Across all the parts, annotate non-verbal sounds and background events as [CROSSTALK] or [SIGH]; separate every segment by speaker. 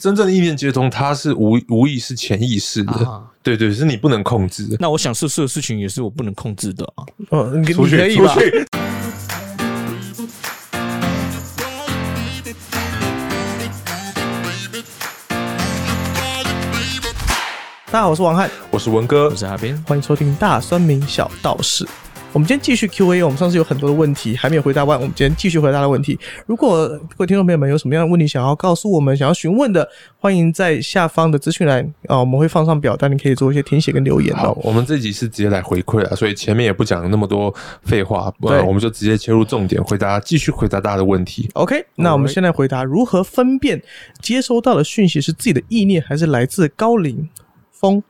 Speaker 1: 真正的意念接通，它是无无意识、潜意识的，
Speaker 2: 啊
Speaker 1: 对对，是你不能控制的。
Speaker 2: 那我想测试的事情也是我不能控制的啊。
Speaker 3: 哦，你
Speaker 1: 出
Speaker 3: 你
Speaker 1: 去
Speaker 3: 可以
Speaker 1: 出
Speaker 3: 吧？
Speaker 1: 去，
Speaker 3: 大家好，我是王翰，
Speaker 1: 我是文哥
Speaker 2: 我，是阿
Speaker 3: [LAUGHS]
Speaker 2: 边，
Speaker 3: 欢迎收听《大酸民小道士》。我们今天继续 Q&A，我们上次有很多的问题还没有回答完，我们今天继续回答的问题。如果各位听众朋友们有什么样的问题想要告诉我们、想要询问的，欢迎在下方的资讯栏啊、我们会放上表单，你可以做一些填写跟留言
Speaker 1: 好
Speaker 3: 哦。，
Speaker 1: 我们这集是直接来回馈啊，所以前面也不讲那么多废话，不然
Speaker 3: 对
Speaker 1: 我们就直接切入重点，回答继续回答大家的问题。
Speaker 3: OK，那我们现在回答如何分辨接收到的讯息是自己的意念还是来自高龄风？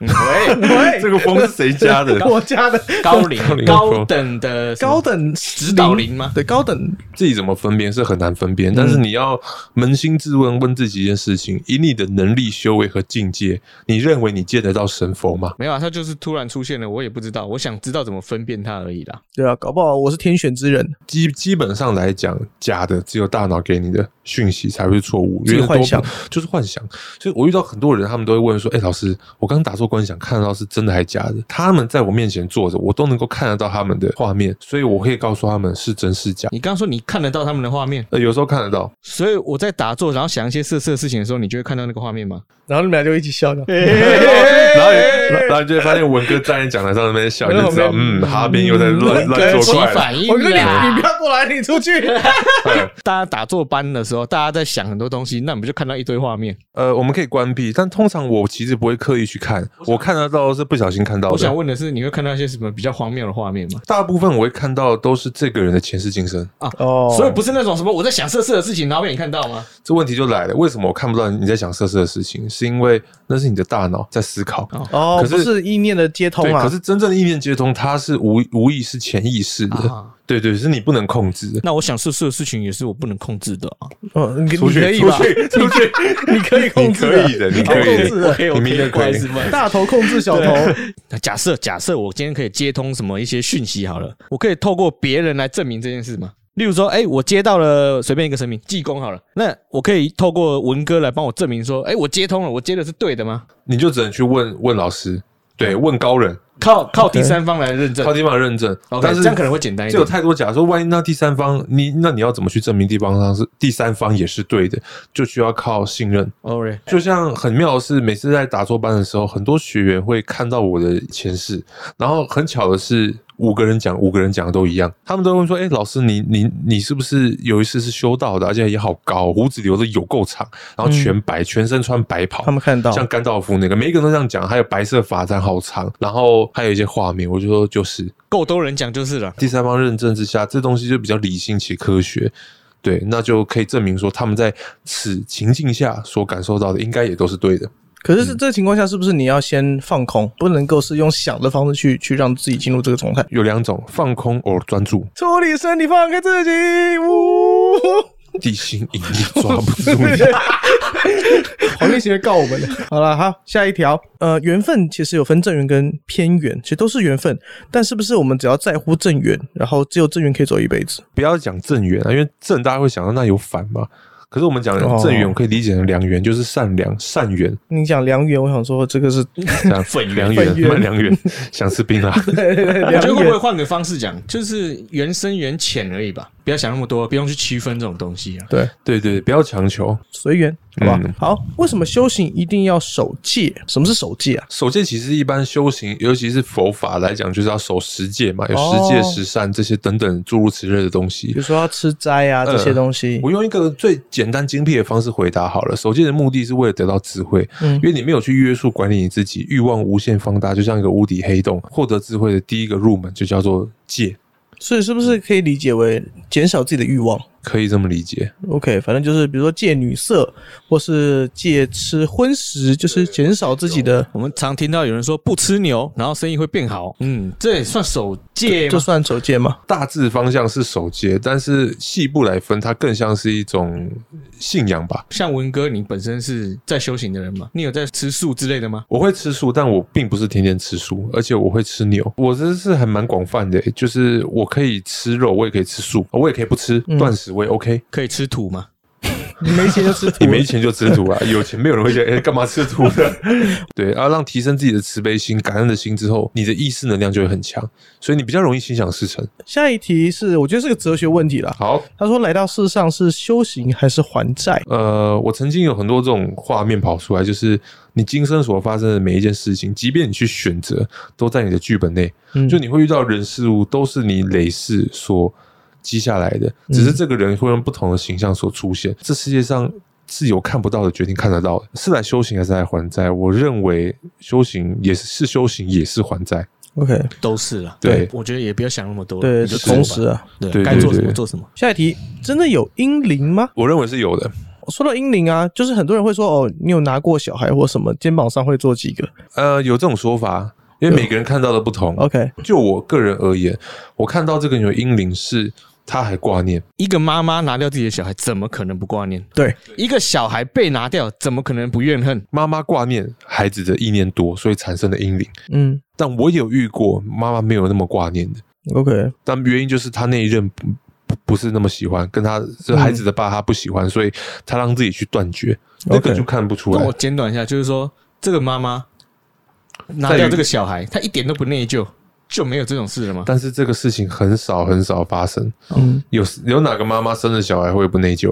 Speaker 3: 喂
Speaker 1: 这个风是谁家
Speaker 3: [LAUGHS]
Speaker 1: 的？
Speaker 3: 我家的
Speaker 2: 高龄
Speaker 1: 龄
Speaker 2: 高等的什么
Speaker 3: 高等
Speaker 2: 指导灵吗
Speaker 3: 对，高等
Speaker 1: 自己怎么分辨是很难分辨，但是你要扪心自问，问自己一件事情：以你的能力、修为和境界，你认为你见得到神佛吗？
Speaker 2: 没有啊，他就是突然出现了，我也不知道，我想知道怎么分辨他而已啦。
Speaker 3: 对啊，搞不好我是天选之人，
Speaker 1: 基基本上来讲，假的只有大脑给你的讯息才会是错误，
Speaker 3: 是
Speaker 1: 因为
Speaker 3: 幻想
Speaker 1: 多就是幻想。所以我遇到很多人，他们都会问说：“哎、老师，我刚打错观想，看得到是真的还假的？”他们在我面前坐着，我都能够看得到他们的画面，所以我可以告诉他们是真是假。
Speaker 2: 你刚刚说你看得到他们的画面，
Speaker 1: 呃，有时候看得
Speaker 3: [LAUGHS]
Speaker 1: 到，
Speaker 2: 所以我在打坐，然后想一些色色的事情的时候，你就会看到那个画面
Speaker 3: [LAUGHS]
Speaker 2: 吗？
Speaker 3: 然后你们俩就一起笑了。
Speaker 1: 然后你然后你就会发现文哥站在讲台上那边笑，你就知道，嗯，哈边又在
Speaker 3: 嗯
Speaker 1: 乱乱
Speaker 2: 起
Speaker 1: 做怪了。
Speaker 2: 反应
Speaker 3: [LAUGHS] 我跟你，你
Speaker 2: 啦
Speaker 3: 不！要过来，你出去。
Speaker 1: 哎
Speaker 2: 大家打坐班的时候，大家在想很多东西，那你们就看到一堆画面。
Speaker 1: 呃，我们可以关闭，但通常我其实不会刻意去看，我看得到是不小心看到
Speaker 2: 我想
Speaker 1: 的。
Speaker 2: 问的是，你会看到一些什么比较荒谬的画面吗？
Speaker 1: 大部分我会看到都是这个人的前世今生。
Speaker 3: [LAUGHS] 哦
Speaker 2: 所以不是那种什么我在想色色的事情，然后被你看到吗？
Speaker 1: 这问题就来了，为什么我看不到你在想色色的事情？是因为那是你的大脑在思考。
Speaker 2: 哦
Speaker 3: 哦，
Speaker 1: 可是
Speaker 3: 不是意念的接通
Speaker 1: 对，
Speaker 3: 啊。
Speaker 1: 可是真正的意念接通，它是无无意识、潜意识的，
Speaker 2: 啊
Speaker 1: 对对，是你不能控制的。
Speaker 2: 那我想色色的事情也是我不能控制的啊。
Speaker 3: 哦，你
Speaker 1: 出
Speaker 3: 你
Speaker 1: 去，
Speaker 3: 可以
Speaker 1: 出
Speaker 3: 吧？
Speaker 1: 去，出去，
Speaker 3: 你可以控制的
Speaker 1: 你可以的，你可以
Speaker 3: 控
Speaker 1: 的
Speaker 3: 制的
Speaker 1: 你明天可以。
Speaker 3: 大头控制小头，
Speaker 2: 那假设假设我今天可以接通什么一些讯息好了，我可以透过别人来证明这件事吗？例如说，哎、我接到了随便一个神明济公好了，那我可以透过文哥来帮我证明说，哎、我接通了，我接的是对的吗？
Speaker 1: 你就只能去问问老师，对，问高人， [LAUGHS]
Speaker 2: 靠靠第三方来认证
Speaker 1: 靠地方认证。
Speaker 2: ，OK，
Speaker 1: 但是
Speaker 2: 这样可能会简单一
Speaker 1: 这有
Speaker 2: 点。
Speaker 1: 太多假设，万一那第三方，你那你要怎么去证明地方上是第三方也是对的？就需要靠信任。
Speaker 2: o k
Speaker 1: 就像很妙的是，每次在打坐班的时候，很多学员会看到我的前世，然后很巧的是，五个人讲，五个人讲的都一样，他们都会说：“哎、老师，你你你是不是有一次是修道的，而且也好高，胡子留的有够长，然后全白，全身穿白袍。”
Speaker 3: 嗯他们看到
Speaker 1: 像甘道夫那个，每一个人都这样讲，还有白色发簪好长，然后还有一些画面，我就说就是
Speaker 2: 够多人讲就是了。
Speaker 1: 第三方认证之下，这东西就比较理性且科学，对，那就可以证明说他们在此情境下所感受到的，应该也都是对的。
Speaker 3: 可是是这个情况下，是不是你要先放空，不能够是用想的方式去去让自己进入这个状态？
Speaker 1: 有两种，放空或专注，
Speaker 3: 脱离身体，放开自己。呜，
Speaker 1: 地心引力 [LAUGHS]
Speaker 3: [LAUGHS]
Speaker 1: 抓不住你。
Speaker 3: 黄立行会告我们的。好了，好，下一条。呃，缘分其实有分正缘跟偏缘，其实都是缘分，但是不是我们只要在乎正缘，然后只有正缘可以走一辈子？
Speaker 1: 不要讲正缘啊，因为正大家会想到那有反嘛。可是我们讲
Speaker 3: 哦
Speaker 1: 正缘，我可以理解成良缘，就是善良、善
Speaker 3: [LAUGHS]
Speaker 1: 缘，
Speaker 3: 你讲良缘，我想说这个 [LAUGHS] 是
Speaker 1: 这样良缘、
Speaker 3: 粉缘
Speaker 1: 慢良缘，想吃槟榔。 [LAUGHS]
Speaker 2: 我觉得
Speaker 3: 良
Speaker 2: 会不
Speaker 3: 缘
Speaker 2: 会换个方式讲，就是缘深缘浅而已吧，不要想那么多，不用去区分这种东西啊。
Speaker 3: 对。
Speaker 1: 对对，不要强求。
Speaker 3: 随缘，好吧？
Speaker 1: 嗯
Speaker 3: 好，为什么修行一定要守戒？什么是守戒啊？
Speaker 1: 守戒其实一般修行，尤其是佛法来讲，就是要守十戒嘛，有十戒、
Speaker 3: 哦
Speaker 1: 十善这些等等诸如此类的东
Speaker 3: 比
Speaker 1: 西
Speaker 3: 如。说要吃斋啊这些东西。
Speaker 1: 呃我用一个最简单精辟的方式回答好了。守戒的目的是为了得到智慧，
Speaker 3: 嗯
Speaker 1: 因为你没有去约束管理你自己，欲望无限放大，就像一个无底黑洞。获得智慧的第一个入门就叫做戒，
Speaker 3: 所以是不是可以理解为减少自己的欲望
Speaker 1: 可以这么理解。
Speaker 3: ？OK，反正就是比如说戒女色，或是戒吃荤食，就是减少自己的，
Speaker 2: 我们常听到有人说不吃牛，然后生意会变好。嗯，这也算守戒
Speaker 3: 就
Speaker 2: 吗？
Speaker 3: 算守戒嘛。
Speaker 1: 大致方向是守戒，但是细部来分，它更像是一种信仰吧。
Speaker 2: 像文哥，你本身是在修行的人嘛？你有在吃素之类的吗？
Speaker 1: 我会吃素，但我并不是天天吃素，而且我会吃牛。我这是还蛮广泛的、欸就是我可以吃肉，我也可以吃素，我也可以不吃，断食我也 OK。
Speaker 2: 可以吃土吗？
Speaker 3: 你没钱就吃土
Speaker 1: 你，没钱就吃土啊，有钱没有人会觉得 [LAUGHS] 哎，干、嘛吃土
Speaker 3: [LAUGHS]
Speaker 1: 的？对啊，让提升自己的慈悲心、感恩的心之后，你的意识能量就会很强，所以你比较容易心想事成。
Speaker 3: 下一题是，我觉得是个哲学问题啦。
Speaker 1: 好，
Speaker 3: 他说：“来到世上是修行还是还债
Speaker 1: 呃，我曾经有很多这种画面跑出来，就是你今生所发生的每一件事情，即便你去选择，都在你的剧本内。？”
Speaker 3: 嗯
Speaker 1: 就你会遇到人事物，都是你累世所积下来的，只是这个人会用不同的形象所出现。这世界上是有看不到的，决定看得到的，是来修行还是来还债？我认为修行也是是修行，也是还债。
Speaker 3: OK，
Speaker 2: 都是了。
Speaker 1: 对
Speaker 2: 我觉得也不要想那么多，
Speaker 3: 对，
Speaker 2: 你就是做吧
Speaker 3: 同时啊。
Speaker 1: 对
Speaker 2: 对该做什
Speaker 1: 对
Speaker 2: 么
Speaker 1: 对
Speaker 2: 做什么。
Speaker 3: 下一题，真的有阴灵吗？
Speaker 1: 我认为是有的，
Speaker 3: 说到阴灵啊，就是很多人会说哦，你有拿过小孩或什么，肩膀上会做几个
Speaker 1: 呃，有这种说法，因为每个人看到的不同。
Speaker 3: ？OK，
Speaker 1: 就我个人而言，我看到这个人有阴灵是。他还挂念，
Speaker 2: 一个妈妈拿掉自己的小孩，怎么可能不挂念？
Speaker 3: 对，
Speaker 2: 一个小孩被拿掉，怎么可能不怨恨？
Speaker 1: 妈妈挂念孩子的意念多，所以产生的阴灵。
Speaker 3: 嗯
Speaker 1: 但我也有遇过妈妈没有那么挂念的，
Speaker 3: ，OK，嗯
Speaker 1: 但原因就是他那一任不不不是那么喜欢，跟他这孩子的爸他不喜欢，所以他让自己去断绝，那个
Speaker 3: 嗯 OK
Speaker 1: 就看不出
Speaker 2: 那
Speaker 1: 来
Speaker 2: 我。简短一下，就是说，这个妈妈拿
Speaker 1: 在
Speaker 2: 掉
Speaker 1: 于
Speaker 2: 这个小孩，她一点都不内疚，就没有这种事了吗？
Speaker 1: 但是这个事情很少很少发生，
Speaker 3: 嗯，
Speaker 1: 有有哪个妈妈生了小孩会不内疚？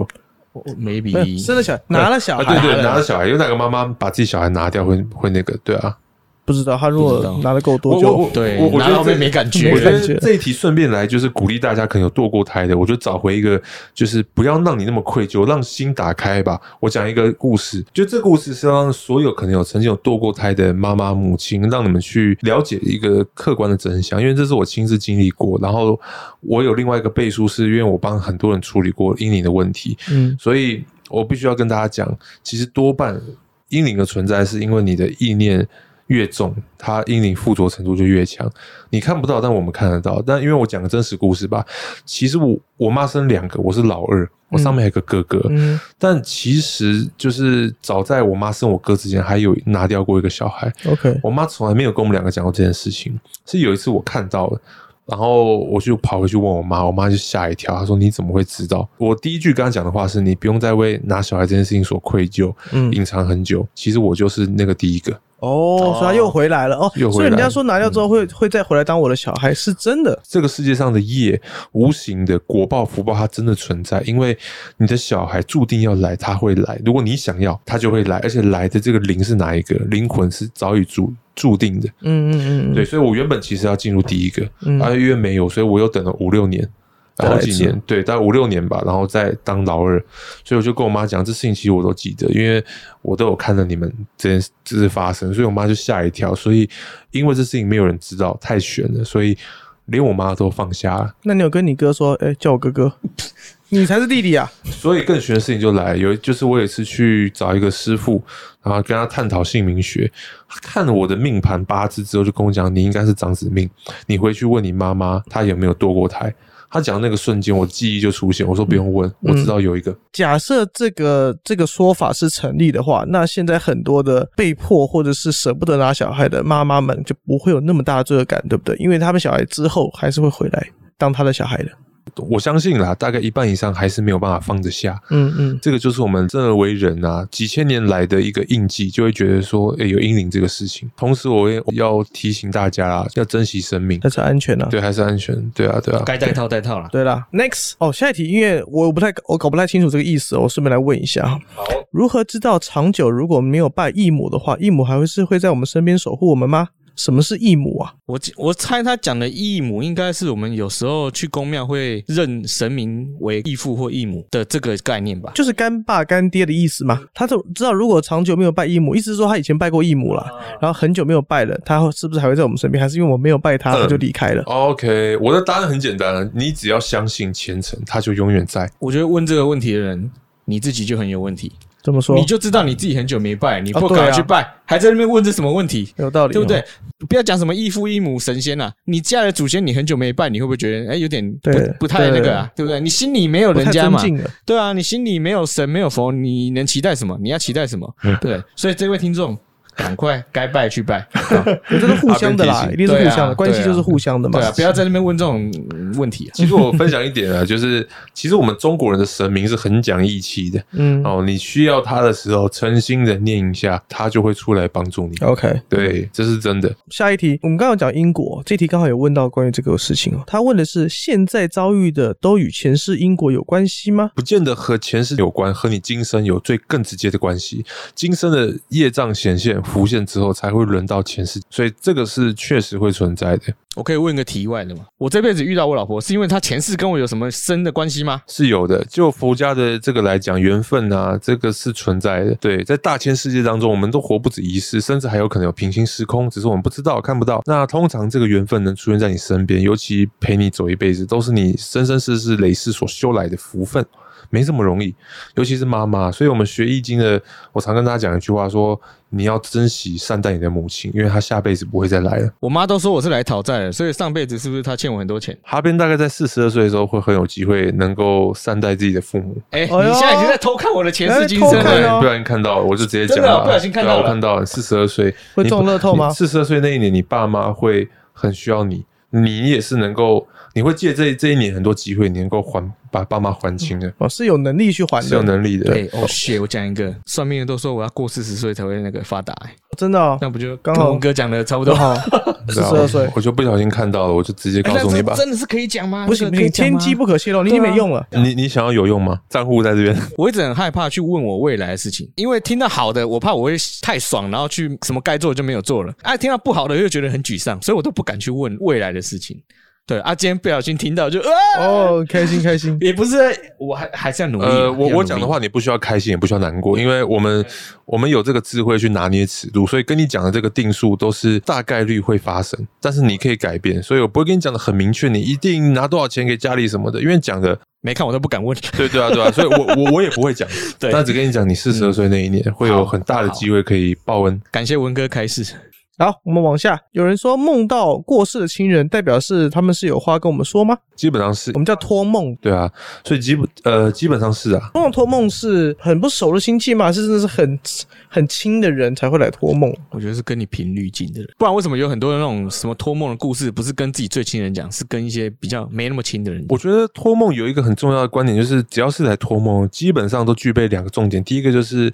Speaker 2: 我我哦 maybe
Speaker 3: 没有哎生了小孩，拿了小
Speaker 1: 啊，
Speaker 3: 孩，
Speaker 1: 对对，
Speaker 3: 拿
Speaker 1: 拿
Speaker 3: 了
Speaker 1: 了小孩，有哪个妈妈把自己小孩拿掉会会那个？对啊，
Speaker 3: 不知道他如
Speaker 2: 不
Speaker 3: 果
Speaker 2: 知道
Speaker 3: 拿的够多
Speaker 1: 我我
Speaker 3: 就
Speaker 1: 我
Speaker 2: 对
Speaker 1: 我
Speaker 2: 拿
Speaker 1: 觉得
Speaker 2: 到
Speaker 1: 这
Speaker 2: 妹没感觉
Speaker 1: 我觉
Speaker 3: 没感觉
Speaker 1: 得这一题顺便来就是鼓励大家，可能有堕过胎的，我觉得找回一个就是不要让你那么愧疚，让心打开吧。我讲一个故事，就这个故事是让所有可能有曾经有堕过胎的妈妈、母亲，让你们去了解一个客观的真相，因为这是我亲自经历过。然后我有另外一个背书，是因为我帮很多人处理过阴灵的问题，
Speaker 3: 嗯
Speaker 1: 所以我必须要跟大家讲，其实多半阴灵的存在是因为你的意念越重，它阴灵附着程度就越强。你看不到，但我们看得到。但因为我讲个真实故事吧，其实我我妈生两个，我是老二，我上面还有个哥哥。
Speaker 3: 嗯
Speaker 1: 但其实就是早在我妈生我哥之前，还有拿掉过一个小孩。
Speaker 3: ，OK，
Speaker 1: 我妈从来没有跟我们两个讲过这件事情，是有一次我看到了，然后我就跑回去问我妈，我妈就吓一跳，她说你怎么会知道？我第一句跟她讲的话是你不用再为拿小孩这件事情所愧疚，
Speaker 3: 嗯，
Speaker 1: 隐藏很久。其实我就是那个第一个，
Speaker 3: 哦，所以他又回来了哦，
Speaker 1: 又回来
Speaker 3: 所以人家说拿掉之后会会再回来当我的小孩，是真的，
Speaker 1: 这个世界上的业无形的果报福报它真的存在，因为你的小孩注定要来，他会来，如果你想要，他就会来，而且来的这个灵是哪一个？灵魂是早已注注定的。
Speaker 3: 嗯嗯嗯，
Speaker 1: 对，所以我原本其实要进入第一个，
Speaker 3: 嗯
Speaker 1: 啊，因为没有，所以我又等了五六年，
Speaker 3: 再
Speaker 1: 好
Speaker 3: 来一
Speaker 1: 几
Speaker 3: 次
Speaker 1: 年，对，大概五六年吧，然后再当老二，所以我就跟我妈讲，这事情其实我都记得，因为我都有看着你们这件这事发生，所以我妈就吓一跳，所以因为这事情没有人知道，太悬了，所以连我妈都放下了，
Speaker 3: 那你有跟你哥说，哎，叫我哥 [LAUGHS] 哥，你才是弟弟啊，
Speaker 1: 所以更悬的事情就来了，有就是我有一次去找一个师傅，然后跟他探讨姓名学，他看了我的命盘八字之后，就跟我讲，你应该是长子命，你回去问你妈妈，她有没有堕过胎。他讲那个瞬间，我记忆就出现，我说不用问，我知道有一个。
Speaker 3: 假设这个这个说法是成立的话，那现在很多的被迫或者是舍不得拿小孩的妈妈们就不会有那么大的罪恶感，对不对？因为他们小孩之后还是会回来当他的小孩的。
Speaker 1: 我相信啦，大概一半以上还是没有办法放得下。
Speaker 3: 嗯嗯，
Speaker 1: 这个就是我们生而为人啊，几千年来的一个印记，就会觉得说，诶、有阴灵这个事情。同时，我也要提醒大家啦，要珍惜生命，
Speaker 3: 那才安全啊。
Speaker 1: 对，还是安全，对啊，对啊。
Speaker 2: 该戴套戴套了。
Speaker 3: 对啦，next 哦，下一题，因为我不太我搞不太清楚这个意思，我顺便来问一下哈。如何知道长久如果没有拜义母的话，义母还会是会在我们身边守护我们吗？什么是义母啊？
Speaker 2: 我我猜他讲的义母，应该是我们有时候去公庙会认神明为义父或义母的这个概念吧。
Speaker 3: 就是干爸干爹的意思嘛。他就知道如果长久没有拜义母，意思是说他以前拜过义母了，
Speaker 2: 啊
Speaker 3: 然后很久没有拜了，他是不是还会在我们身边？还是因为我没有拜他，
Speaker 1: 嗯
Speaker 3: 他就离开了？
Speaker 1: OK，我的答案很简单，啊你只要相信虔诚，他就永远在。
Speaker 2: 我觉得问这个问题的人，你自己就很有问题，
Speaker 3: 怎么说
Speaker 2: 你？就知道你自己很久没拜，你不
Speaker 3: 哦啊对
Speaker 2: 赶
Speaker 3: 啊
Speaker 2: 快去拜，还在那边问这什么问题？
Speaker 3: 有道理，哦
Speaker 2: 对不对？？不要讲什么义父义母神仙啦、你家的祖先你很久没拜，你会不会觉得哎有点不
Speaker 3: 对
Speaker 2: 不太那个啊？对不对？你心里没有
Speaker 3: 不
Speaker 2: 人
Speaker 3: 太
Speaker 2: 家
Speaker 3: 尊
Speaker 2: 嘛，
Speaker 3: 敬了。
Speaker 2: 对
Speaker 3: 嗯
Speaker 2: 啊，你心里没有神没有佛，你能期待什么？你要期待什么？对，所以这位听众，赶快该拜去拜，
Speaker 3: 我觉得互
Speaker 2: [LAUGHS]
Speaker 3: 相的
Speaker 1: 阿
Speaker 3: 啦，
Speaker 1: 边
Speaker 3: 一定是互
Speaker 2: 对
Speaker 3: 相
Speaker 2: 啊
Speaker 3: 的，关系就是互相的嘛 [LAUGHS]
Speaker 2: 对。啊，不要在那边问这种嗯问题啊。
Speaker 1: 其实我分享一点啊，就是其实我们中国人的神明是很讲义气的
Speaker 3: 嗯
Speaker 1: 哦，你需要他的时候，诚心的念一下，他就会出来帮助你。
Speaker 3: ，OK。
Speaker 1: 对，这是真的。
Speaker 3: 下一题，我们刚刚讲英国，这题刚好有问到关于这个事情哦。他问的是，现在遭遇的都与前世英国有关系吗？
Speaker 1: 不见得和前世有关，和你今生有最更直接的关系。今生的业障显现浮现之后，才会轮到前世，所以这个是确实会存在的，
Speaker 2: 我可以问个题外的吗？我这辈子遇到我老婆，是因为她前世跟我有什么深的关系吗？
Speaker 1: 是有的。就佛家的这个来讲，缘分啊，这个是存在的。对，在大千世界当中，我们都活不止一世，甚至还有可能有平行时空，只是我们不知道、看不到。那通常这个缘分能出现在你身边，尤其陪你走一辈子，都是你生生世世累世所修来的福分。没这么容易，尤其是妈妈。所以我们学易经的，我常跟大家讲一句话说你要珍惜善待你的母亲，因为她下辈子不会再来了。
Speaker 2: 我妈都说我是来讨债的，所以上辈子是不是她欠我很多钱？
Speaker 1: 哈边大概在四十二岁的时候，会很有机会能够善待自己的父母。
Speaker 2: 哎、
Speaker 3: 哎呦
Speaker 2: 你现在已经在偷看我的前世今生
Speaker 3: 哎偷看
Speaker 1: 对，
Speaker 2: 了。
Speaker 3: 哦
Speaker 1: 不然看到了我就直接讲
Speaker 2: 真的
Speaker 1: 了
Speaker 2: 啊
Speaker 1: 啊，
Speaker 2: 不小心看到
Speaker 1: 对啊
Speaker 2: 了
Speaker 1: 我看到了，四十二岁
Speaker 3: 会中乐透吗
Speaker 1: 四十二岁那一年，你爸妈会很需要你，你也是能够，你会借这这一年很多机会，你能够还把爸妈还清的，
Speaker 3: 哦，是有能力去还的，
Speaker 1: 是有能力的。
Speaker 2: 哎，哦，shit！我讲一个，算命的都说我要过四十岁才会那个发达、哎
Speaker 3: 真的哦，
Speaker 2: 那不就
Speaker 3: 刚好
Speaker 2: 跟文哥讲的差不
Speaker 3: 多
Speaker 1: [LAUGHS]
Speaker 2: 多？
Speaker 3: 好，四
Speaker 1: 对啊
Speaker 3: 十二岁，
Speaker 1: 我就不小心看到了，我就直接
Speaker 2: 哎
Speaker 1: 告诉
Speaker 2: 那
Speaker 1: 你
Speaker 2: 这
Speaker 1: 吧。
Speaker 2: 真的是可以讲吗？
Speaker 3: 不行
Speaker 2: 这
Speaker 3: 不
Speaker 2: 个可以
Speaker 3: 行，
Speaker 2: 讲吗啊
Speaker 3: 天机不可泄露，你已经没用
Speaker 2: [LAUGHS]
Speaker 3: 了。
Speaker 1: 你你想要有用吗？账户在这边，
Speaker 2: 我一直很害怕去问我未来的事情，因为听到好的，我怕我会太爽，然后去什么该做的就没有做了；啊，听到不好的又觉得很沮丧，所以我都不敢去问未来的事情。对啊，今天不小心听到就啊，
Speaker 3: 哦，开心开心，
Speaker 2: 也不是，我还还是要努力啊。
Speaker 1: 呃，我
Speaker 2: 要努
Speaker 1: 我
Speaker 2: 力
Speaker 1: 讲的，话你不需要开心，也不需要难过，因为我们我们有这个智慧去拿捏尺度，所以跟你讲的这个定数都是大概率会发生，但是你可以改变，所以我不会跟你讲的很明确，你一定拿多少钱给家里什么的，因为讲的
Speaker 2: 没看我都不敢问。
Speaker 1: 对对啊
Speaker 2: [LAUGHS]
Speaker 1: 对啊，所以我我我也不会讲，
Speaker 2: 对嗯
Speaker 1: 但只跟你讲，你四十二岁那一年会有很大的机会可以报恩，
Speaker 2: 感谢文哥开示，
Speaker 3: 好，我们往下。有人说梦到过世的亲人，代表是他们是有话跟我们说吗？
Speaker 1: 基本上是
Speaker 3: 我。们叫托梦。
Speaker 1: 对啊，所以基本呃基本上是啊，
Speaker 3: 通常托梦是很不熟的亲戚嘛，是真的是很很亲的人才会来托梦。
Speaker 2: 我觉得是跟你频率近的人，不然为什么有很多那种什么托梦的故事，不是跟自己最亲的人讲，是跟一些比较没那么亲的人讲？
Speaker 1: 我觉得托梦有一个很重要的观点，就是只要是来托梦，基本上都具备两个重点。第一个就是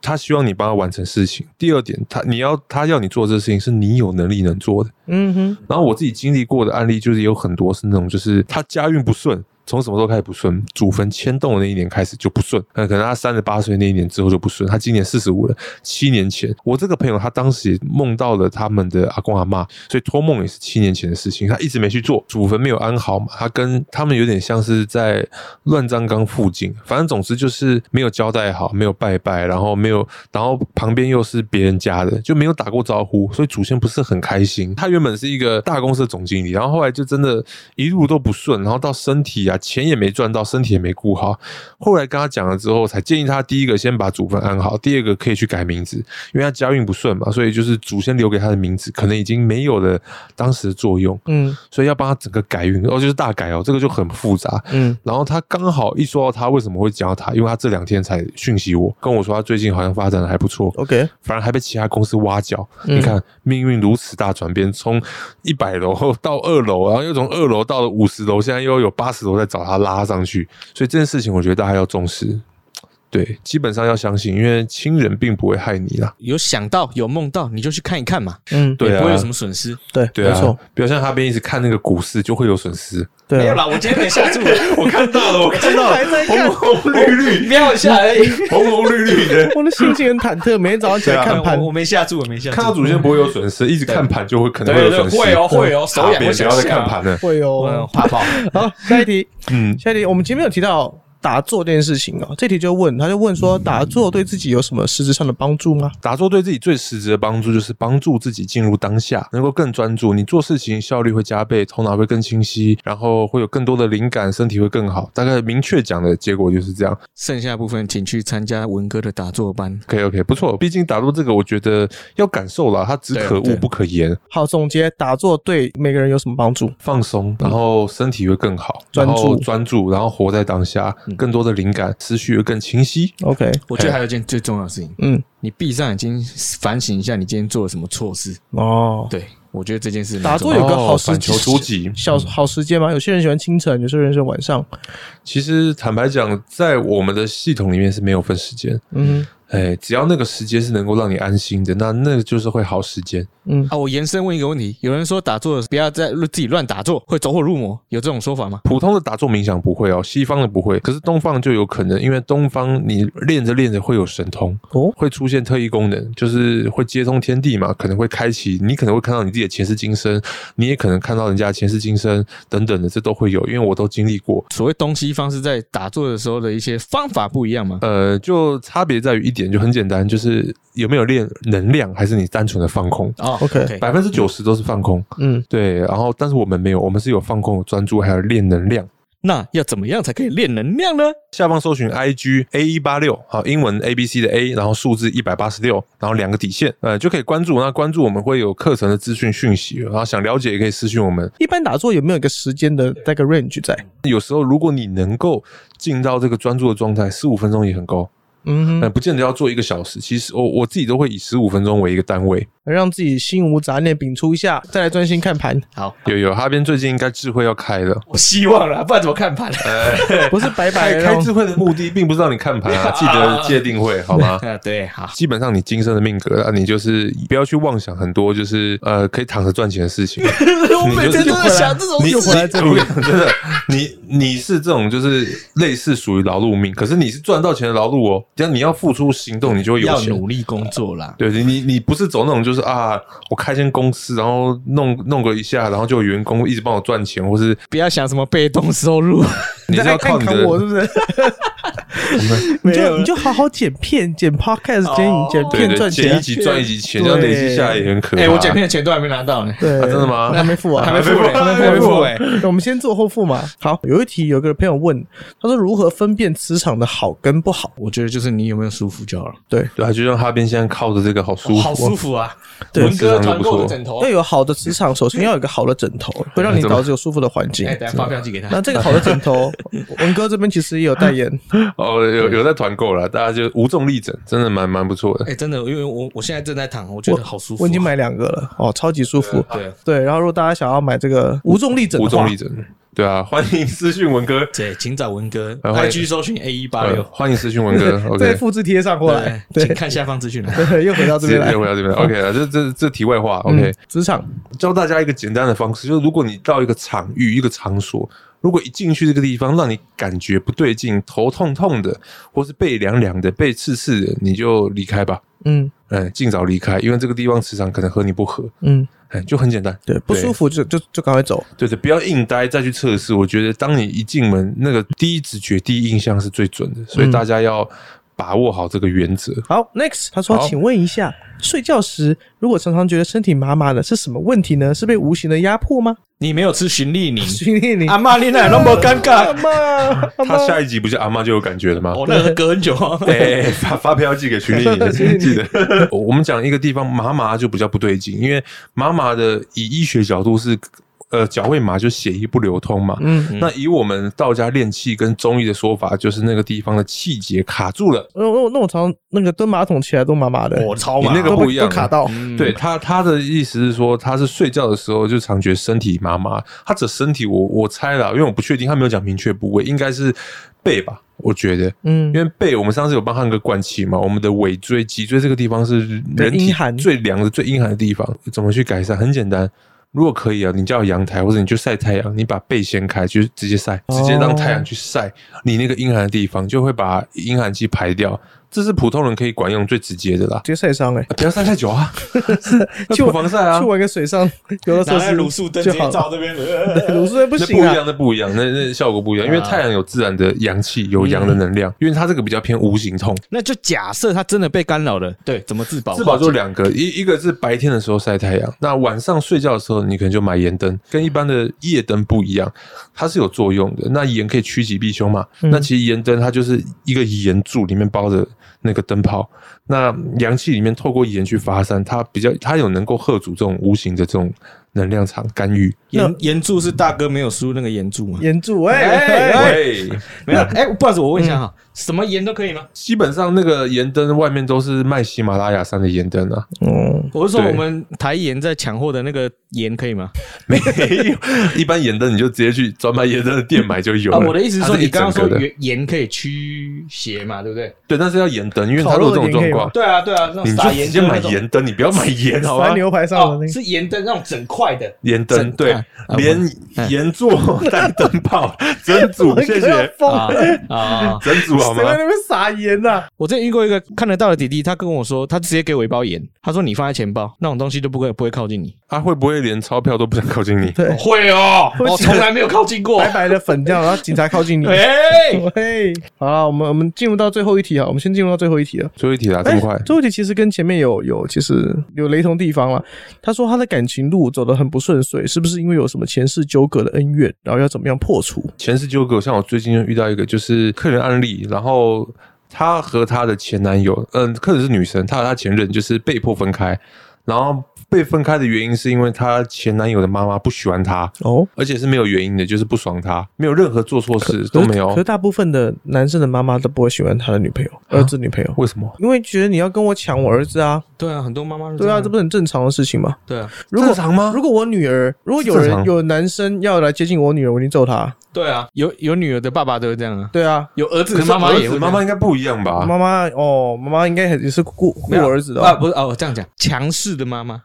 Speaker 1: 他希望你帮他完成事情；第二点，他你要他要你做这事情是你有能力能做的。
Speaker 3: 嗯哼，
Speaker 1: 然后我自己经历过的案例，就是也有很多是那种，就是他家运不顺，从什么时候开始不顺？祖坟迁动的那一年开始就不顺，那可能他三十八岁那一年之后就不顺，他今年四十五了，七年前，我这个朋友他当时也梦到了他们的阿公阿嬷，所以托梦也是七年前的事情，他一直没去做，祖坟没有安好嘛，他跟他们有点像是在乱葬岗附近，反正总之就是没有交代好，没有拜拜，然后没有，然后旁边又是别人家的，就没有打过招呼，所以祖先不是很开心。他原本是一个大公司的总经理，然后后来就真的一路都不顺，然后到身体啊，钱也没赚到，身体也没顾好。后来跟他讲了之后，才建议他第一个先把祖坟安好，第二个可以去改名字，因为他家运不顺嘛，所以就是祖先留给他的名字可能已经没有了当时的作用，
Speaker 3: 嗯
Speaker 1: 所以要帮他整个改运，哦，就是大改哦，这个就很复杂。
Speaker 3: 嗯，
Speaker 1: 然后他刚好一说到他为什么会讲到他，因为他这两天才讯息我，跟我说他最近好像发展的还不错，
Speaker 3: OK，
Speaker 1: 反而还被其他公司挖角。
Speaker 3: 嗯
Speaker 1: 你看命运如此大转变，从一百楼到二楼，然后又从二楼到了五十楼，现在又有八十楼在找他拉上去，所以这件事情我觉得大家要重视。对，基本上要相信，因为亲人并不会害你啦。
Speaker 2: 有想到有梦到，你就去看一看嘛，
Speaker 3: 嗯，
Speaker 1: 对啊
Speaker 2: 也不会有什么损失。
Speaker 3: 对，
Speaker 1: 对
Speaker 3: 没
Speaker 1: 啊
Speaker 3: 错，，
Speaker 1: 不要像他边一直看那个股市就会有损失。
Speaker 2: 没
Speaker 3: 对
Speaker 2: 有
Speaker 3: 啊，
Speaker 2: 啦，我今天没下 [LAUGHS] 注，我看到了，我看到
Speaker 3: 还在看，
Speaker 1: 红绿绿，
Speaker 2: 瞄一下而已。
Speaker 1: 红红绿绿的，
Speaker 3: [LAUGHS] 我的心情很忐忑，每天早
Speaker 2: [LAUGHS]
Speaker 3: 上起
Speaker 2: 啊
Speaker 3: 来看盘
Speaker 2: 我，我没下注，我没下注。
Speaker 1: 看到祖先不会有损失，一直看盘就会可能会有损失。
Speaker 2: 会哦会哦，手
Speaker 1: 差
Speaker 2: 痒
Speaker 1: 别
Speaker 2: 会
Speaker 1: 不
Speaker 2: 想
Speaker 1: 要再
Speaker 2: 下
Speaker 1: 看。盘了。
Speaker 3: 会
Speaker 2: 我
Speaker 3: 哦。
Speaker 2: 怕爆，
Speaker 3: 好，下一题，
Speaker 1: 嗯，
Speaker 3: 下一题，我们前面有提到打坐这件事情哦，这题就问，他就问说，打坐对自己有什么实质上的帮助吗？
Speaker 1: 打坐对自己最实质的帮助就是帮助自己进入当下，能够更专注，你做事情效率会加倍，头脑会更清晰，然后会有更多的灵感，身体会更好。大概明确讲的结果就是这样。
Speaker 2: 剩下部分请去参加文哥的打坐班。
Speaker 1: OK OK，不错。毕竟打坐这个，我觉得要感受啦，它只
Speaker 2: 对
Speaker 1: 可
Speaker 2: 对
Speaker 1: 悟不可言。
Speaker 3: 好，总结打坐对每个人有什么帮助？
Speaker 1: 放松，然后身体会更好，
Speaker 3: 嗯专注嗯
Speaker 1: 然后专注，然后活在当下，更多的灵感，思绪会更清晰。
Speaker 3: OK，
Speaker 2: 我觉得还有一件最重要的事情，
Speaker 3: 嗯，
Speaker 2: 你闭上眼睛反省一下，你今天做了什么错事。
Speaker 3: 哦，
Speaker 2: 对，我觉得这件事
Speaker 3: 打坐
Speaker 2: 坐
Speaker 3: 有个好
Speaker 1: 哦
Speaker 3: 时
Speaker 1: 反
Speaker 3: 机
Speaker 1: 求诸己，
Speaker 3: 小好时间吗？有些人喜欢清晨，有些人喜欢晚上。
Speaker 1: 其实坦白讲，在我们的系统里面是没有分时间，
Speaker 3: 嗯
Speaker 1: 哎，只要那个时间是能够让你安心的，那那就是会好时间。
Speaker 3: 嗯，
Speaker 2: 啊！我延伸问一个问题：有人说打坐不要再自己乱打坐，会走火入魔，有这种说法吗？
Speaker 1: 普通的打坐冥想不会哦，西方的不会，可是东方就有可能，因为东方你练着练着会有神通，
Speaker 3: 哦，
Speaker 1: 会出现特异功能，就是会接通天地嘛，可能会开启，你可能会看到你自己的前世今生，你也可能看到人家的前世今生等等的，这都会有，因为我都经历过。
Speaker 2: 所谓东西方是在打坐的时候的一些方法不一样吗？
Speaker 1: 呃，就差别在于一点，就很简单，就是有没有练能量，还是你单纯的放空。
Speaker 2: 哦
Speaker 3: OK
Speaker 1: 百分之九十都是放空，
Speaker 3: 嗯，
Speaker 1: 对。然后，但是我们没有，我们是有放空、有专注，还有练能量。
Speaker 2: 那要怎么样才可以练能量呢？
Speaker 1: 下方搜寻 I G A 一八六，好，英文 A B C 的 A，然后数字一百八十六，然后两个底线，呃，就可以关注。那关注我们会有课程的资讯讯息，然后想了解也可以私讯我们。
Speaker 3: 一般打坐有没有一个时间的那个 range 在？
Speaker 1: 有时候如果你能够进到这个专注的状态，十五分钟也很高，
Speaker 3: 嗯
Speaker 1: 呃，
Speaker 3: 哼，
Speaker 1: 不见得要做一个小时。其实我我自己都会以十五分钟为一个单位。
Speaker 3: 让自己心无杂念，摒除一下，再来专心看盘，
Speaker 2: 好，
Speaker 1: 有有，哈边最近应该智慧要开了。
Speaker 2: 我希望啦，不然怎么看盘？
Speaker 3: 不是白
Speaker 1: 开
Speaker 3: 白的
Speaker 1: 开智
Speaker 3: 哦
Speaker 1: 慧的目的并不是让你看盘啊，记得界定会好
Speaker 2: [LAUGHS]
Speaker 1: 吗？
Speaker 2: 啊，对，好，
Speaker 1: 基本上你今生的命格啊，你就是不要去妄想很多，就是呃可以躺着赚钱的事情。
Speaker 3: 我
Speaker 1: 你
Speaker 3: 每
Speaker 1: 就是
Speaker 3: 天都在想这
Speaker 2: 这
Speaker 3: 种
Speaker 1: 你你
Speaker 3: 事情。
Speaker 1: 我跟你讲真的，你你是这种就是类似属于劳碌命，可是你是赚到钱的劳碌哦，只要你要付出行动，你就会有
Speaker 2: 要
Speaker 1: 钱。
Speaker 2: 努力工作啦。
Speaker 1: 对你，你你不是走那种就是啊，我开间公司，然后弄弄个一下，然后就有员工一直帮我赚钱，或是
Speaker 2: 不要想什么被动收入，
Speaker 1: 你是
Speaker 3: 在
Speaker 1: 要
Speaker 3: 看
Speaker 1: 靠你
Speaker 3: 看
Speaker 1: 的
Speaker 3: 我是不是？ [LAUGHS] 你就你就好好剪片，剪 podcast，剪影剪
Speaker 1: 对
Speaker 3: 片
Speaker 1: 对，
Speaker 3: 赚钱
Speaker 1: 剪
Speaker 3: 啊
Speaker 1: 一。集赚一集钱，这样
Speaker 3: 对
Speaker 1: 累积下来也很可怕。
Speaker 2: 哎，我剪片的钱都还没拿到呢。
Speaker 3: 对，
Speaker 1: 啊啊真的吗
Speaker 3: 还没付啊，
Speaker 2: 还没付嘞
Speaker 3: 还
Speaker 2: 还
Speaker 3: 没
Speaker 2: 没
Speaker 3: 付
Speaker 2: 付
Speaker 3: 哎
Speaker 2: 哎。
Speaker 3: 我们先做后付嘛。好，有一题有个朋友问，他说如何分辨磁场的好跟不好？
Speaker 2: 我觉得就是你有没有舒服就好了，
Speaker 3: 对，
Speaker 1: 对啊，就像哈边现在靠着这个好舒服，
Speaker 2: 好舒服啊！
Speaker 3: 对
Speaker 2: 文哥
Speaker 1: 非常
Speaker 2: 团
Speaker 1: 不错
Speaker 2: 购的枕头
Speaker 3: 要，有好的磁场，首先要有一个好的枕头，会让你脑子有舒服的环境
Speaker 2: 哎，。等下发票寄给他
Speaker 3: 那。这个好的枕头，文哥这边其实也有代言，
Speaker 1: 哦，有有在团购了，大家就无重力枕，真的蛮蛮不错的。
Speaker 2: 哎，真的，因为我我现在正在躺，我觉得好舒服啊。
Speaker 3: 我已经买两个了，哦，超级舒服。
Speaker 2: 对啊
Speaker 3: 对，然后如果大家想要买这个无重力枕的
Speaker 1: 无
Speaker 3: 话，
Speaker 1: 重力枕，对啊，欢迎私讯文哥，
Speaker 2: 对，请找文哥
Speaker 1: 哎欢迎
Speaker 2: ，IG 搜寻 A 一
Speaker 3: 哎
Speaker 2: 八
Speaker 1: 呃
Speaker 2: 六，
Speaker 1: 欢迎私讯文哥
Speaker 3: [LAUGHS] 再
Speaker 1: ，OK。
Speaker 3: 复制贴上过来，
Speaker 2: 对，
Speaker 3: 对
Speaker 2: 哎请，看下方资讯啊栏。
Speaker 3: [LAUGHS] 对，又回到
Speaker 1: 直
Speaker 3: 这
Speaker 1: 接
Speaker 3: 边来
Speaker 1: 又。回到这边来，OK 了。这这这题外话
Speaker 3: 嗯
Speaker 1: ，OK。
Speaker 3: 职场
Speaker 1: 教大家一个简单的方式，就是如果你到一个场域、一个场所，如果一进去这个地方让你感觉不对劲、头痛痛的，或是背凉凉的、背刺刺的，你就离开吧。
Speaker 3: 嗯
Speaker 1: 嗯，尽早离开，因为这个地方磁场可能和你不合。
Speaker 3: 嗯，
Speaker 1: 哎，就很简单。
Speaker 3: 对，不舒服就就就赶快走。
Speaker 1: 对对，不要硬待再去测试。我觉得当你一进门，那个第一直觉、第一印象是最准的，所
Speaker 3: 嗯
Speaker 1: 以大家要把握好这个原则。
Speaker 3: 好，next，他说，
Speaker 1: 好
Speaker 3: 请问一下，睡觉时如果常常觉得身体麻麻的，是什么问题呢？是被无形的压迫吗？
Speaker 2: 你没有吃循例宁，
Speaker 3: 训练你
Speaker 2: 阿妈你那那么尴
Speaker 3: 阿
Speaker 2: 尬，
Speaker 3: 妈，阿
Speaker 1: 他
Speaker 3: 妈，
Speaker 1: 下一集不是阿妈就有感觉了吗？
Speaker 2: 我哦那个隔很久
Speaker 1: [LAUGHS]
Speaker 2: 啊。
Speaker 1: 哎、发发票寄给徐 [LAUGHS] 丽
Speaker 3: 徐丽
Speaker 1: 颖，记得。 [LAUGHS] 我我们讲一个地方麻麻就比较不对劲，因为麻麻的以医学角度是，呃，脚会麻就血液不流通嘛。
Speaker 3: 嗯，
Speaker 1: 那以我们道家练气跟中医的说法，就是那个地方的气节卡住了。
Speaker 3: 那我那我常那个蹲马桶起来都麻麻的，
Speaker 2: 我哦超
Speaker 1: 你
Speaker 2: 嘛，
Speaker 1: 那哦个
Speaker 3: 都被
Speaker 1: 不一样啊
Speaker 3: 都卡到。
Speaker 2: 嗯
Speaker 1: 对他，他的意思是说，他是睡觉的时候就常觉得身体麻麻。他指身体我，我猜了，因为我不确定，他没有讲明确部位，应该是背吧，我觉得。
Speaker 3: 嗯
Speaker 1: 因为背，我们上次有帮汉哥灌气嘛，我们的尾椎、脊椎这个地方是
Speaker 3: 对
Speaker 1: 人体
Speaker 3: 阴寒
Speaker 1: 最凉的、最阴寒的地方，怎么去改善？很简单，如果可以啊，你叫阳台或者你就晒太阳，你把背掀开，就是直接晒，
Speaker 3: 哦
Speaker 1: 直接让太阳去晒你那个阴寒的地方，就会把阴寒气排掉。这是普通人可以管用最直接的啦，
Speaker 3: 直接晒伤哎
Speaker 1: 啊，不要晒太久
Speaker 3: [LAUGHS]
Speaker 1: 啊， [LAUGHS] 那
Speaker 3: 就
Speaker 1: 涂防晒啊
Speaker 3: 去。玩个
Speaker 1: [LAUGHS]
Speaker 3: 水上游乐
Speaker 2: 拿
Speaker 3: 设
Speaker 2: 来
Speaker 3: 施
Speaker 2: 卤素灯直
Speaker 3: 就
Speaker 2: 接
Speaker 3: 好了。
Speaker 2: 照这边，
Speaker 3: 卤素灯不
Speaker 1: 那不
Speaker 3: 行
Speaker 1: 一
Speaker 3: 啊
Speaker 1: 样，，那不一样，那那效果不一样，因为
Speaker 2: 啊
Speaker 1: 太阳有自然的阳气，有阳的能量，因为它这个比较偏无形痛，
Speaker 2: 那就假设他真的被干扰了，对，怎么自保？
Speaker 1: 自保就两个，一一个是白天的时候晒太阳，那晚上睡觉的时候你可能就买盐灯，跟一般的夜灯不一样，它是有作用的。那盐可以趋吉避凶嘛？
Speaker 3: 嗯
Speaker 1: 那其实盐灯它就是一个盐柱里面包着那个灯泡，那阳气里面透过盐去发散，它比较它有能够喝阻这种无形的这种能量场干预。
Speaker 2: 岩岩柱是大哥没有输那个岩柱吗？
Speaker 3: 岩柱，喂、
Speaker 2: 哎
Speaker 3: 喂
Speaker 1: 对，
Speaker 2: 没有，哎，不好意思，我问一下哈，什么岩都可以吗？
Speaker 1: 基本上那个盐灯外面都是卖喜马拉雅山的盐灯啊，
Speaker 3: 嗯，
Speaker 2: 我是说
Speaker 1: 对
Speaker 2: 我们台盐在抢货的那个盐可以吗？
Speaker 1: 没有， [LAUGHS] 一般盐灯你就直接去专卖盐灯的店买就有
Speaker 2: 啊，
Speaker 1: 了。
Speaker 2: 我的意思是说，
Speaker 1: 它一
Speaker 2: 你刚刚
Speaker 1: 整
Speaker 2: 说
Speaker 1: 个的
Speaker 2: 盐盐可以驱邪嘛，对不对？
Speaker 1: 对，但是要盐灯，因为它如果这种状况，
Speaker 2: 对啊，对啊，那
Speaker 1: 你
Speaker 2: 种
Speaker 1: 就
Speaker 2: 撒
Speaker 1: 直
Speaker 2: 盐
Speaker 1: 接
Speaker 2: 就
Speaker 1: 买
Speaker 2: 那种
Speaker 1: 盐灯，你不要买盐，好啊吧
Speaker 3: 甩？牛哎排上的那
Speaker 2: 哦
Speaker 3: 个，，
Speaker 2: 是盐灯那种整块的，
Speaker 1: 盐
Speaker 2: 整
Speaker 1: 灯对
Speaker 2: 啊啊，
Speaker 1: 连盐做带灯
Speaker 3: [LAUGHS]
Speaker 1: 泡，整组谢
Speaker 3: 哎我要
Speaker 1: 谢，
Speaker 3: 疯
Speaker 2: 啊
Speaker 3: 了，
Speaker 2: 啊！
Speaker 1: 整组好吗
Speaker 3: 谁？在那边撒盐呐、啊？
Speaker 2: 我之前遇过一个看得到的弟弟，他跟我说，他直接给我一包盐，他说你放在钱包，那种东西都不会不会靠近你。
Speaker 1: 他啊会不会连钞票都不想靠近你？
Speaker 3: 对，
Speaker 2: 会哦，我从来没有靠近过
Speaker 3: 白白的粉这样，然后警察靠
Speaker 1: [LAUGHS]
Speaker 3: 近
Speaker 2: [LAUGHS]
Speaker 3: 你。
Speaker 2: 哎，
Speaker 3: 喂，好了，我们我们进入到最后一题啊，我们先进入到最后一题了。
Speaker 1: 最后一题啦，啊这么快
Speaker 3: 哎，最后一题其实跟前面有有其实有雷同地方了。他说他的感情路走得很不顺遂，是不是因为有什么前世纠葛的恩怨，然后要怎么样破除？
Speaker 1: 前世纠葛，像我最近遇到一个就是客人案例，然后她和她的前男友，嗯，客人是女生，她和她前任就是被迫分开，然后被分开的原因是因为她前男友的妈妈不喜欢她，
Speaker 3: 哦，
Speaker 1: 而且是没有原因的，就是不爽她，没有任何做错事都
Speaker 3: 可是
Speaker 1: 没有啊
Speaker 3: 可是，大部分的男生的妈妈都不会喜欢他的女朋友、儿子女朋友，
Speaker 1: 为什么？
Speaker 3: 因为觉得你要跟我抢我儿子啊，
Speaker 2: 对啊，很多妈妈是
Speaker 3: 对啊，
Speaker 2: 样
Speaker 3: 这不是很正常的事情吗？
Speaker 2: 对啊，
Speaker 3: 如
Speaker 1: 嗯
Speaker 3: 果
Speaker 1: 正常吗
Speaker 3: 如果我女儿，如果有
Speaker 1: 正
Speaker 3: 人
Speaker 1: 常
Speaker 3: 有男生要来接近我女儿，我一定揍他。
Speaker 2: 对啊，有有女儿的爸爸都会这样啊，
Speaker 3: 对啊，
Speaker 2: 有儿子
Speaker 1: 可
Speaker 2: 的
Speaker 1: 是
Speaker 2: 妈妈
Speaker 1: 儿
Speaker 2: 也
Speaker 1: 子
Speaker 2: 会
Speaker 1: 妈妈应该不一样吧？
Speaker 3: 妈妈哦，妈妈应该也是顾顾
Speaker 2: 没有
Speaker 3: 儿子的
Speaker 2: 啊，
Speaker 3: 哦。
Speaker 2: 不是哦，这样讲，强势的妈妈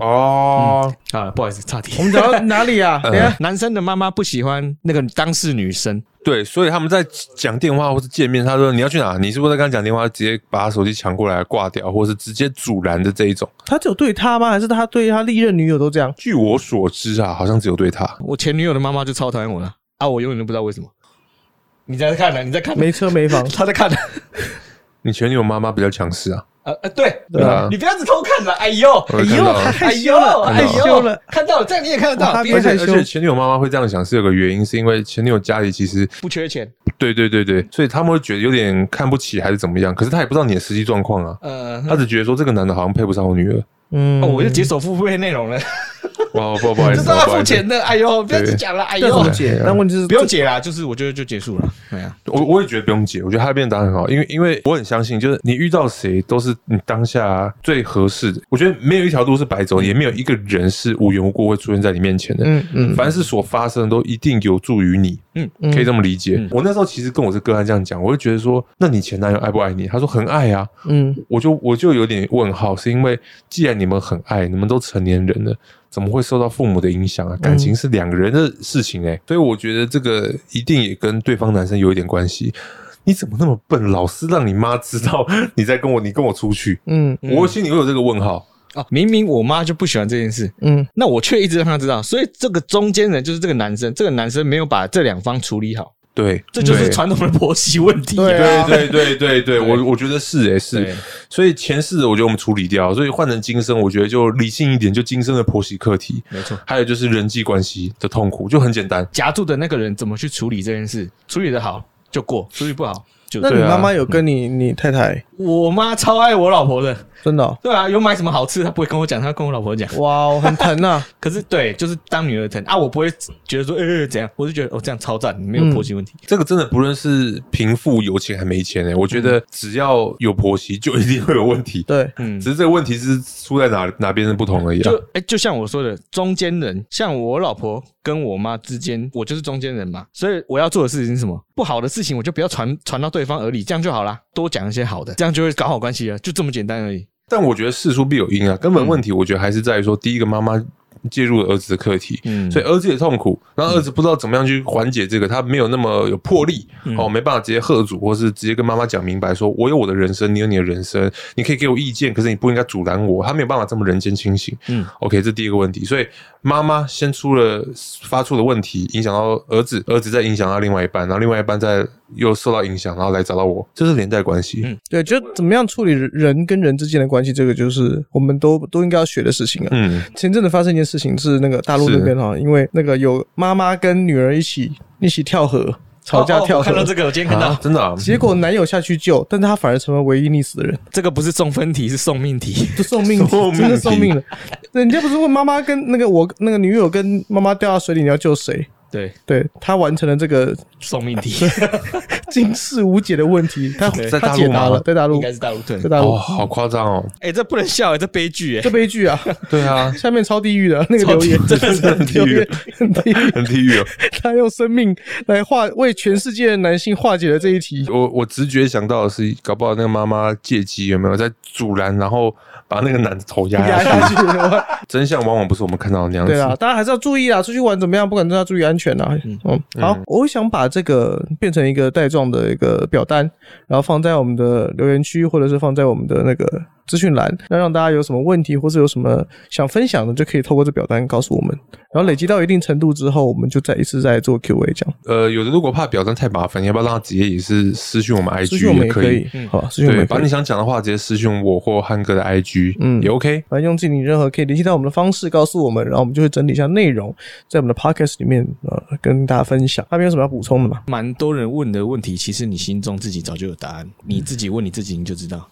Speaker 1: 哦，
Speaker 2: 啊，不好意思，差
Speaker 3: 我
Speaker 2: 点。
Speaker 3: 们
Speaker 2: [LAUGHS]
Speaker 3: 讲到哪里啊？
Speaker 1: 嗯
Speaker 3: 等一下，
Speaker 2: 男生的妈妈不喜欢那个当事女生，
Speaker 1: 对，所以他们在讲电话或是见面，他说你要去哪？你是不是在跟他讲电话，直接把他手机抢过来挂掉，或是直接阻拦的这一种？
Speaker 3: 他只有对他吗？还是他对他历任女友都这样？
Speaker 1: 据我所知啊，好像只有对他。
Speaker 2: 我前女友的妈妈就超讨厌我了啊，我永远都不知道为什么。你在看呢？你在看呢？，
Speaker 3: 没车没房
Speaker 2: 他在看呢。
Speaker 1: 你前女友妈妈比较强势啊，
Speaker 2: 呃呃，对，
Speaker 1: 对啊
Speaker 2: 你不要只偷看了，哎呦，
Speaker 1: 我有看到啊
Speaker 2: 哎呦，哎
Speaker 1: 害
Speaker 2: 呦，
Speaker 3: 羞了
Speaker 2: 看到了，哦这样你也看得
Speaker 3: 哇
Speaker 2: 到，
Speaker 3: 他
Speaker 2: 别
Speaker 1: 而
Speaker 3: 变
Speaker 1: 且
Speaker 3: 害
Speaker 1: 而
Speaker 3: 羞
Speaker 1: 且前女友妈妈会这样想是有个原因，是因为前女友家里其实
Speaker 2: 不缺钱，
Speaker 1: 对对对对，所以他们会觉得有点看不起还是怎么样，可是他也不知道你的实际状况啊，
Speaker 2: 呃，
Speaker 1: 他只觉得说这个男的好像配不上我女儿。
Speaker 3: 嗯
Speaker 2: 哦，我就解锁付费内容了，
Speaker 1: 哇，不不好意
Speaker 2: 就
Speaker 1: 思，
Speaker 2: [LAUGHS] 是要
Speaker 1: 不好
Speaker 2: 付
Speaker 1: 意思
Speaker 2: 钱的，哎呦，不要只讲了，哎
Speaker 3: 这怎
Speaker 2: 呦
Speaker 3: 么，解？但问题是
Speaker 2: 不用解啦，就是我觉得就结束了，对啊，
Speaker 1: 我我也觉得不用解，我觉得他的辩答案很好，因为因为我很相信，就是你遇到谁都是你当下最合适的。我觉得没有一条路是白走，也没有一个人是无缘无故会出现在你面前的。
Speaker 3: 嗯嗯，
Speaker 1: 凡是所发生的都一定有助于你，
Speaker 2: 嗯
Speaker 3: 嗯
Speaker 1: 可以这么理解。我那时候其实跟我是个案这样讲，我就觉得说，那你前男友爱不爱你？他说很爱啊，
Speaker 3: 嗯
Speaker 1: 我就我就有点问号，是因为既然你们很爱，你们都成年人了，怎么会受到父母的影响啊？感
Speaker 3: 嗯
Speaker 1: 情是两个人的事情哎、所以我觉得这个一定也跟对方男生有一点关系。你怎么那么笨，老是让你妈知道你在跟我，你跟我出去，
Speaker 3: 嗯
Speaker 1: 我心里会有这个问号。
Speaker 2: 哦，明明我妈就不喜欢这件事，
Speaker 3: 嗯
Speaker 2: 那我却一直让她知道，所以这个中间人就是这个男生，这个男生没有把这两方处理好，
Speaker 1: 对，
Speaker 2: 这就是
Speaker 1: 对
Speaker 2: 传统的婆媳问题，
Speaker 3: 对啊
Speaker 1: 对对对
Speaker 3: [LAUGHS]
Speaker 1: 对对，我我觉得是诶、欸
Speaker 2: 对
Speaker 1: 是，所以前世的我觉得我们处理掉，所以换成今生，我觉得就理性一点，就今生的婆媳课题，
Speaker 2: 没错。
Speaker 1: 还有就是人际关系的痛苦，就很简单。
Speaker 2: 夹住的那个人怎么去处理这件事，处理的好就过，处理不好就
Speaker 3: 那
Speaker 1: 对
Speaker 3: 你
Speaker 1: 啊
Speaker 3: 妈妈有跟你你太太
Speaker 2: 我妈超爱我老婆的，
Speaker 3: 真的哦？
Speaker 2: 对啊，有买什么好吃，她不会跟我讲，她跟我老婆讲。
Speaker 3: 哇哦，很疼啊！
Speaker 2: 可是对，就是当女儿疼啊，我不会觉得说，呃、怎样，我就觉得哦，这样超赞，没
Speaker 3: 嗯
Speaker 2: 有婆媳问题。
Speaker 1: 这个真的不论是贫富有钱还没钱哎、我觉得只要有婆媳，就一定会有问题。
Speaker 3: 对，
Speaker 2: 嗯，
Speaker 1: [LAUGHS] 只是这个问题是出在哪哪边是不同而已、啊
Speaker 2: 就。哎、就像我说的，中间人，像我老婆跟我妈之间，我就是中间人嘛，所以我要做的事情是什么？不好的事情我就不要传传到对方耳里，这样就好啦，多讲一些好的，这样就会搞好关系了，就这么简单而已。
Speaker 1: 但我觉得事出必有因啊，根本问题我觉得还是在于说，第一个妈妈介入了儿子的课题，
Speaker 2: 嗯
Speaker 1: 所以儿子也痛苦，然后儿子不知道怎么样去缓解这个，他没有那么有魄力、哦，没办法直接喝阻，或是直接跟妈妈讲明白说，我有我的人生，你有你的人生，你可以给我意见，可是你不应该阻拦我，他没有办法这么人间清醒。
Speaker 2: 嗯
Speaker 1: ，OK，这第一个问题，所以妈妈先出了发出的问题，影响到儿子，儿子再影响到另外一半，然后另外一半再又受到影响，然后来找到我，这是连带关系。
Speaker 2: 嗯
Speaker 3: 对，就怎么样处理人跟人之间的关系，这个就是我们都都应该要学的事情啊。
Speaker 1: 嗯，
Speaker 3: 前阵子发生一件事情是那个大陆那边哈，因为那个有妈妈跟女儿一起一起跳河，吵架
Speaker 2: 哦哦
Speaker 3: 跳
Speaker 2: 我看
Speaker 3: 河。
Speaker 2: 到这个，我今天看到
Speaker 1: 啊，真的啊，
Speaker 3: 结果男友下去救，但是他反而成为唯一溺死
Speaker 2: [LAUGHS]
Speaker 3: 的人，
Speaker 2: 这个不是送分题，是送命题。
Speaker 3: 就送命
Speaker 1: 送命
Speaker 3: 真的送
Speaker 1: 题
Speaker 3: 命了。人家不是问妈妈跟那个我那个女友跟妈妈掉到水里，你要救谁？
Speaker 2: 对，
Speaker 3: 对他完成了这个
Speaker 2: 送命题
Speaker 3: 今世无解的问
Speaker 2: [LAUGHS]
Speaker 3: 题，他
Speaker 2: 对
Speaker 1: 在
Speaker 3: 他
Speaker 1: 大陆
Speaker 3: 解答
Speaker 1: 吗
Speaker 3: 了，在大
Speaker 2: 应
Speaker 3: 陆，
Speaker 2: 该是大陆盾
Speaker 3: 在。大
Speaker 1: 哦，
Speaker 3: 陆，
Speaker 1: 好夸张哦，
Speaker 2: [LAUGHS] 哎、这不能笑、欸，这悲剧哎、
Speaker 3: 这悲剧啊，
Speaker 1: 对啊，
Speaker 3: 下面超地狱的那个
Speaker 2: 超
Speaker 3: 留
Speaker 2: 地
Speaker 3: 言，
Speaker 2: 真的是
Speaker 1: 很
Speaker 3: [LAUGHS]
Speaker 1: 地
Speaker 3: 留
Speaker 1: 狱
Speaker 3: 言很地狱，
Speaker 1: 很地狱哦。
Speaker 3: 他用生命来化为全世界的男性化解了这一题。
Speaker 1: 我我直觉想到的是，搞不好那个妈妈借机有没有在阻拦，然后把那个男的头压
Speaker 3: 压
Speaker 1: 下去？
Speaker 3: 下去了，
Speaker 1: [LAUGHS] 真相往往不是我们看到的那样
Speaker 3: 对啊啦，
Speaker 1: 子。
Speaker 3: 大家还是要注意啦，出去玩怎么样，不管都要注意安全啦。嗯，好，我想把这个变成一个带状的一个表单，然后放在我们的留言区，或者是放在我们的那个资讯栏，那让大家有什么问题或是有什么想分享的，就可以透过这表单告诉我们。然后累积到一定程度之后，我们就再一次再做 Q&A 这样，
Speaker 1: 呃，有的如果怕表单太麻烦，要不要让他直接也是私讯我们
Speaker 3: 私讯我
Speaker 1: IG
Speaker 3: 们
Speaker 1: 也
Speaker 3: 也
Speaker 1: 可
Speaker 3: 可以
Speaker 1: 以？，嗯
Speaker 3: 好吧，私讯我们
Speaker 1: 对，
Speaker 3: 也可
Speaker 1: 把
Speaker 3: 以
Speaker 1: 你。想讲的话直接私讯我或汉哥的 IG，
Speaker 3: 嗯
Speaker 1: 嗯，也 OK。
Speaker 3: 来用尽你任何可以联系到我们的方式告诉我们，然后我们就会整理一下内容，在我们的 podcast 里面呃跟大家分享。那边有什么要补充的吗？
Speaker 2: [LAUGHS] 蛮多人问的问题，其实你心中自己早就有答案，你自己问你自己，你就知道。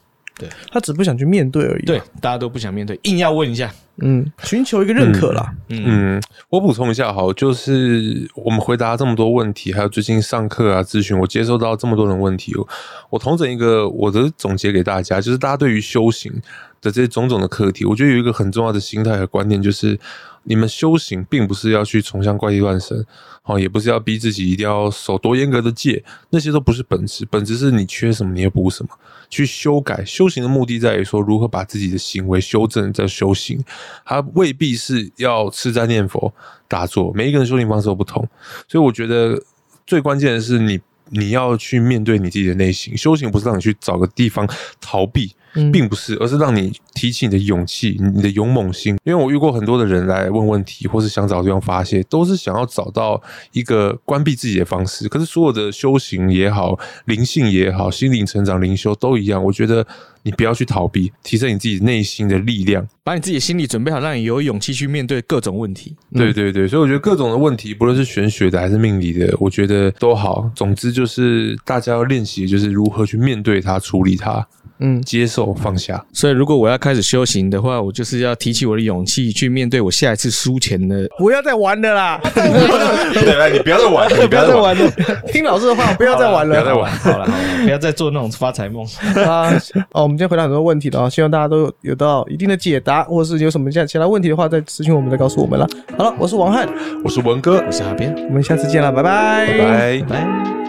Speaker 3: 他只不想去面对而已。
Speaker 2: 对，，大家都不想面对，硬要问一下。
Speaker 3: 嗯，寻求一个认可啦。
Speaker 1: 嗯，我补充一下好，就是我们回答这么多问题，还有最近上课啊、咨询，我接收到这么多人问题，我我统整一个我的总结给大家，就是大家对于修行的这些种种的课题，我觉得有一个很重要的心态和观念，就是你们修行并不是要去崇尚怪力乱神，哦，也不是要逼自己一定要守多严格的戒，那些都不是本质，本质是你缺什么你也补什么，去修改修行的目的在于说如何把自己的行为修正，在修行。它未必是要吃斋念佛打坐，每一个人修行方式都不同，所以我觉得最关键的是你你要去面对你自己的内心，修行不是让你去找个地方逃避，
Speaker 3: 嗯
Speaker 1: 并不是，而是让你提起你的勇气、你的勇猛心。因为我遇过很多的人来问问题，或是想找地方发泄，都是想要找到一个关闭自己的方式。可是所有的修行也好、灵性也好、心灵成长、灵修都一样，我觉得你不要去逃避，提升你自己内心的力量。
Speaker 2: 把你自己的心理准备好，让你有勇气去面对各种问题。
Speaker 1: 对对对，所以我觉得各种的问题，不论是玄学的还是命理的，我觉得都好。总之就是大家要练习，就是如何去面对它、处理它、
Speaker 3: 嗯，
Speaker 1: 接受、放下。
Speaker 2: 所以，如果我要开始修行的话，我就是要提起我的勇气去面对我下一次输钱的。
Speaker 3: 不要再玩了啦，
Speaker 1: 对来，你不要再玩，你
Speaker 3: [LAUGHS] 不要再，玩了， [LAUGHS] 听老师的话，不要再玩
Speaker 1: 不
Speaker 3: 了
Speaker 1: 要。再玩。
Speaker 2: 好了好了，不要再做那种发财梦。
Speaker 3: 啊，哦，我们今天回答很多问题了啊，希望大家都有有到一定的解答，或是有什么其他其他问题的话，再私信我们再告诉我们了。好了，我是王翰，
Speaker 1: 我是文哥，
Speaker 2: 我是阿边，
Speaker 3: 我们下次见了，拜拜
Speaker 1: 拜拜。
Speaker 2: 拜。